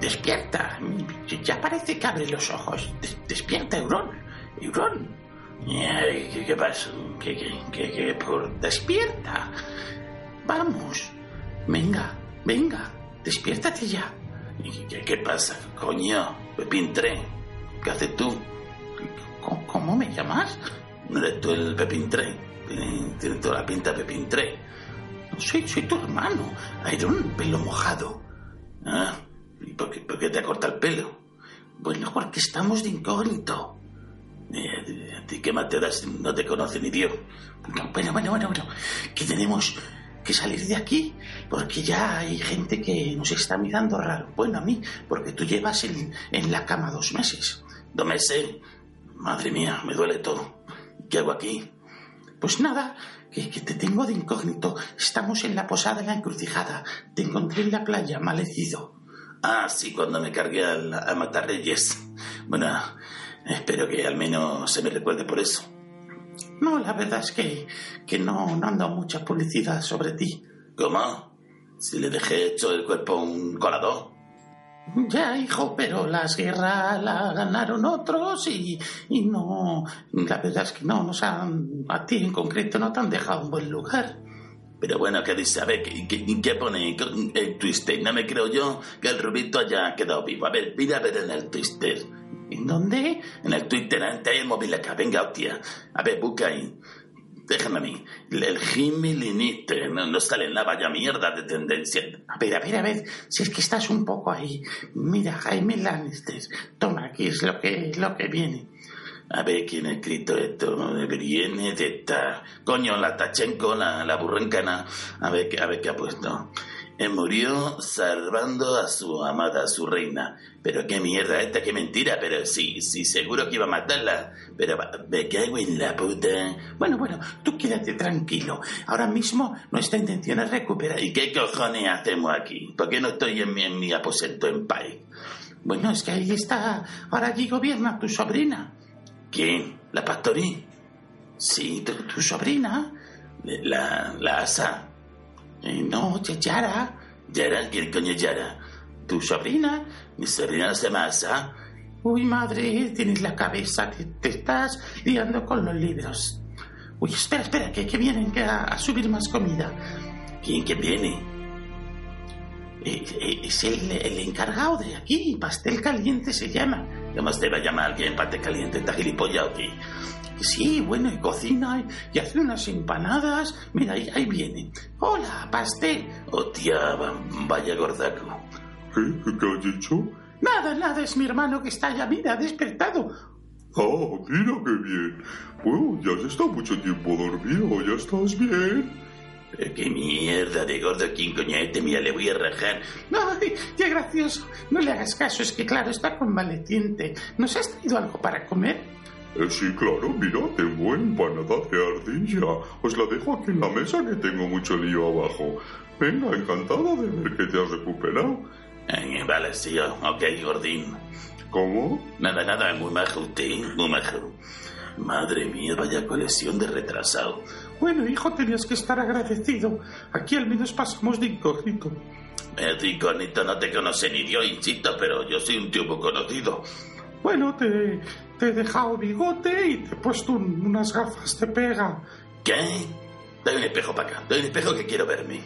Despierta. Ya parece que abre los ojos. Des- despierta, Eurón. Eurón. Ay, ¿Qué, qué pasa? ¿Qué, qué, qué, qué por... Despierta. Vamos. Venga, venga. Despiértate ya. ¿Y ¿Qué, qué pasa, coño? Pepín Tren. ¿Qué haces tú? ¿Cómo, cómo me llamas? No eres tú el Pepín Tren. Tiene- Tiene toda la pinta de Pepín Tren. Soy, soy tu hermano. Ayrón, pelo mojado. Ah, ¿y por qué, por qué te corta el pelo? Bueno, porque estamos de incógnito. Eh, ¿A ti qué más te das? No te conocen ni Dios. Bueno, bueno, bueno, bueno, bueno. Que tenemos que salir de aquí porque ya hay gente que nos está mirando raro. Bueno, a mí, porque tú llevas en, en la cama dos meses. ¿Dos meses? Madre mía, me duele todo. ¿Qué hago aquí? Pues nada, que, que te tengo de incógnito. Estamos en la posada de la encrucijada. Te encontré en la playa, malecido. Ah, sí, cuando me cargué al- a, Matarreyes. Bueno, espero que al menos se me recuerde por eso. No, la verdad es que, que no, no han dado mucha publicidad sobre ti. ¿Cómo? Si le dejé hecho el cuerpo a un colador. Ya, hijo, pero las guerras las ganaron otros y, y no. La verdad es que no nos han. A ti en concreto no te han dejado un buen lugar. Pero bueno, ¿qué dice? A ver, ¿qué, qué- qué pone el twister? No me creo yo que el rubito haya quedado vivo. A ver, mira a ver en el twister. ¿En dónde? En el twitter, antes hay el móvil acá. Venga, hostia. A ver, busca ahí. Déjame a mí. El Jimmy Liniste. No, no sale en la vaya mierda de tendencia. A ver, a ver, a ver. Si es que estás un poco ahí. Mira, Jaime Lannister. Toma, aquí es lo que, lo que viene. A ver quién ha escrito esto. Viene de esta. Coño, la Tachenko, la, la burrencana. A ver, qué- a ver qué ha puesto. Eh, murió salvando a su amada, a su reina. Pero qué mierda esta, qué mentira. Pero sí, sí, seguro que iba a matarla. Pero va- me cago en la puta. Bueno, bueno, tú quédate tranquilo. Ahora mismo nuestra intención es recuperar. ¿Y qué cojones hacemos aquí? ¿Por qué no estoy en mi, en mi aposento en Pai? Bueno, es que ahí está. Ahora allí gobierna tu sobrina. ¿Quién? ¿La Pastori? Sí, tu, tu sobrina. La, la Asa. Eh, no, ya- Yara. ¿Yara? ¿Quién coño es Yara? ¿Tu sobrina? Mi sobrina no se llama Asa. Uy, madre, tienes la cabeza, te, te estás liando con los libros. Uy, espera, espera, que, que vienen que a, a subir más comida. ¿Quién que viene? Eh, eh, es el, el encargado de aquí, pastel caliente se llama. Además te va a llamar alguien pastel caliente, está gilipollas o qué? Sí, bueno, y cocina y, y hace unas empanadas. Mira, ahí, ahí viene. Hola, pastel. Hostia, va- vaya gordaco. ¿Eh? ¿Qué, ¿Qué has dicho? Nada, nada, es mi hermano que está allá. Mira, ha despertado. Ah, mira qué bien. Bueno, ya has estado mucho tiempo dormido, ya estás bien. Pero Eh, qué mierda de gordo, ¿quién coño es este? Mira, le voy a rajar. Ay, qué gracioso. No le hagas caso, es que claro, está convaleciente. ¿Nos has traído algo para comer? Eh, sí, claro, mira, tengo empanada de ardilla. Os la dejo aquí en la mesa que tengo mucho lío abajo. Venga, encantada de ver que te has recuperado. Eh, vale, sí, oh, ok, gordín. ¿Cómo? Nada, nada, muy majo usted, muy majo. Madre mía, vaya colección de retrasado. Bueno, hijo, tenías que estar agradecido. Aquí al menos pasamos de incógnito. Es Eh, de incógnito, no te conoce ni Dios, insisto, pero yo soy un tío muy conocido. Bueno, te, te he dejado bigote y te he puesto unas gafas de pega. ¿Qué? Dame un espejo para acá, dame un espejo que quiero verme.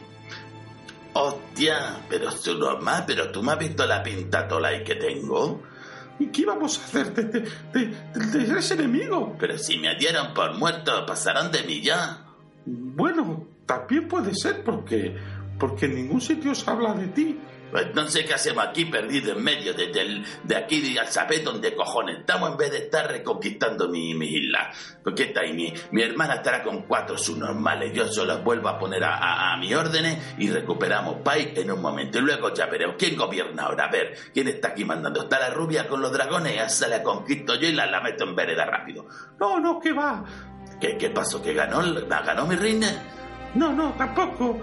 Hostia, pero tú no más, pero tú me has visto la pinta tolai que tengo. ¿Y qué íbamos a hacer? Te, te, te- te- eres enemigo. Pero si me dieron por muerto, pasaron de mí ya. Bueno, también puede ser porque, porque en ningún sitio se habla de ti. Entonces, Pues ¿qué hacemos aquí perdido en medio? Desde el- de aquí a saber dónde cojones estamos en vez de estar reconquistando mi, mi isla. Porque está ahí, mi, mi hermana estará con cuatro subnormales. Yo se los vuelvo a poner a, a, a mis órdenes y recuperamos país en un momento. Y luego ya veremos quién gobierna ahora. A ver, ¿quién está aquí mandando? Está la rubia con los dragones, a esa la conquisto yo y la, la meto en vereda rápido. No, no, que va. ¿Qué, qué pasó? ¿Que ganó, la ganó mi reina? No, no, tampoco.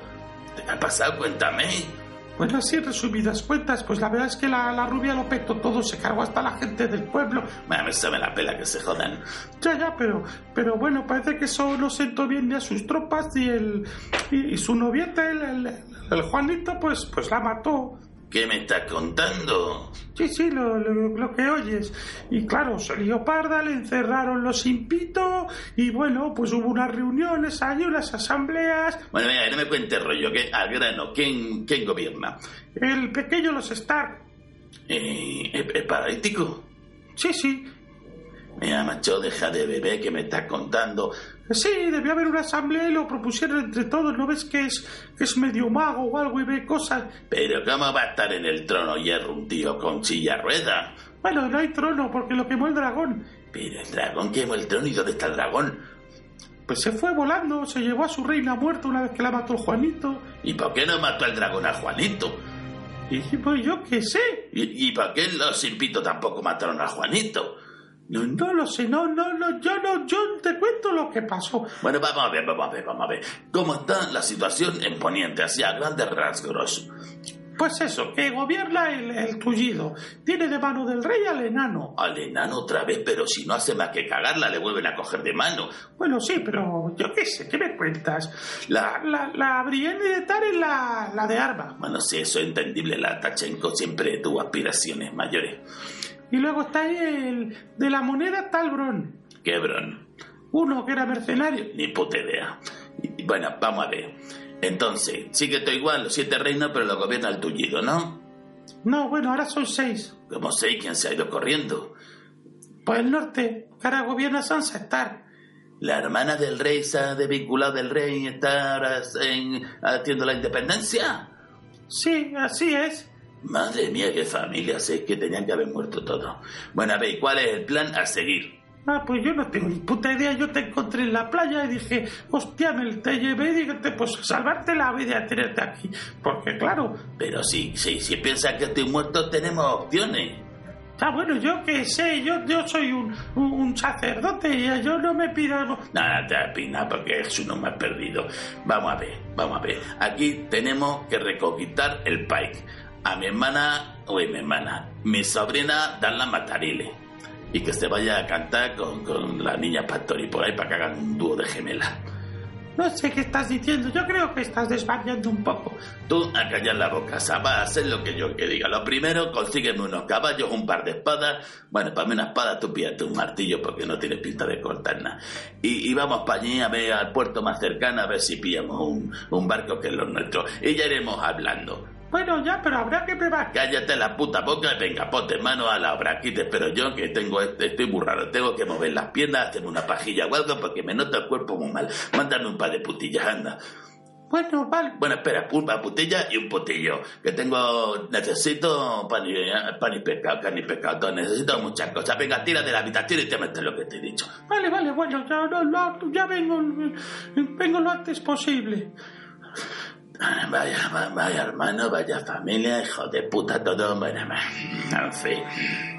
¿Te ha pasado? Cuéntame. Bueno, así en resumidas cuentas, pues la verdad es que la, la rubia lo petó todo, se cargó hasta la gente del pueblo. Bueno, se me la pela que se jodan. Ya, ya, pero, pero bueno, parece que eso no sentó bien ni a sus tropas y el y, y su novieta, el, el- el Juanito, pues, pues la mató. ¿Qué me estás contando? Sí, sí, lo, lo- lo que oyes. Y claro, se lió parda, le encerraron los impitos y bueno, pues hubo unas reuniones ahí, unas asambleas. Bueno, venga, no me cuentes rollo, que al grano, ¿quién, quién gobierna? El pequeño los Stark. Eh, ¿Es es paralítico? Sí, sí. Mira, macho, deja de beber que me estás contando. Sí, debió haber una asamblea y lo propusieron entre todos. ¿No ves que es, que es medio mago o algo y ve cosas? Pero ¿cómo va a estar en el trono hierro un tío con silla rueda? Bueno, no hay trono porque lo quemó el dragón. Pero el dragón quemó el trono y ¿dónde está el dragón? Pues se fue volando, se llevó a su reina muerta una vez que la mató el Juanito. ¿Y por qué no mató el dragón a Juanito? Y pues yo qué sé. ¿Y, y por qué los simpitos tampoco mataron a Juanito? No, no lo sé, no, no, no, yo no, yo te cuento lo que pasó. Bueno, vamos a ver, vamos a ver, vamos a ver. ¿Cómo está la situación en Poniente, así a grandes rasgos? Pues eso, que gobierna el, el tullido. Tiene de mano del rey al enano. Al enano otra vez, pero si no hace más que cagarla, le vuelven a coger de mano. Bueno, sí, pero yo qué sé, ¿qué me cuentas? La... La, la Brienne de Tar es la, la de Arma. Bueno, sí, eso es entendible, la Tachenko siempre tuvo aspiraciones mayores. Y luego está el de la moneda Talbron. Quebrón. Uno que era mercenario. Ni puta idea. Y- y Bueno, vamos a ver. Entonces, sí que estoy igual, los siete reinos, pero lo gobierna el tullido, ¿no? No, bueno, ahora son seis. Como sé quién se ha ido corriendo. Pues el norte, que ahora gobierna Sansa Stark. La hermana del rey se ha desvinculado del rey y está ahora en- haciendo la independencia. Sí, así es. Madre mía, qué familia, sé que tenían que haber muerto todos. Bueno, a ver, ¿y ¿cuál es el plan a seguir? Ah, pues yo no tengo ni puta idea. Yo te encontré en la playa y dije, hostia, me te llevé y dije, te- pues a salvarte la vida a tenerte aquí. Porque claro, Pero si, si, si piensas que estoy muerto, tenemos opciones. ah, bueno, yo qué sé, yo, yo soy un, un, un sacerdote y yo no me pido... Nada, te apina porque es uno más perdido. Vamos a ver, vamos a ver. Aquí tenemos que reconquistar el país. A mi hermana, uy, mi hermana, mi sobrina, darla matarile. Y que se vaya a cantar con, con la niña Pastori por ahí para que hagan un dúo de gemelas. No sé qué estás diciendo, yo creo que estás desvariando un poco. Tú a callar la boca, Saba, a hacer lo que yo que diga. Lo primero, consígueme unos caballos, un par de espadas. Bueno, para mí una espada, tú pídate un martillo porque no tiene pinta de cortar nada. Y, y vamos para allí a ver al puerto más cercano a ver si pillamos un, un barco que es lo nuestro. Y ya iremos hablando. Bueno, ya, pero habrá que preparar. Cállate la puta boca y venga, ponte mano a la obra. Aquí te espero yo que tengo este, estoy muy raro. Tengo que mover las piernas, hacerme una pajilla o algo porque me nota el cuerpo muy mal. Mándame un par de putillas, anda. Bueno, vale. Bueno, espera, pulpa, putilla y un potillo. Que tengo. Necesito pan y, pan y pescado, carne y pescado. Necesito muchas cosas. Venga, tira de la habitación y te metes lo que te he dicho. Vale, vale, bueno, ya, no, no, ya vengo, vengo lo antes posible. Ah, Vaya, va- vaya hermano, vaya familia, hijo de puta, todo. Bueno, en fin.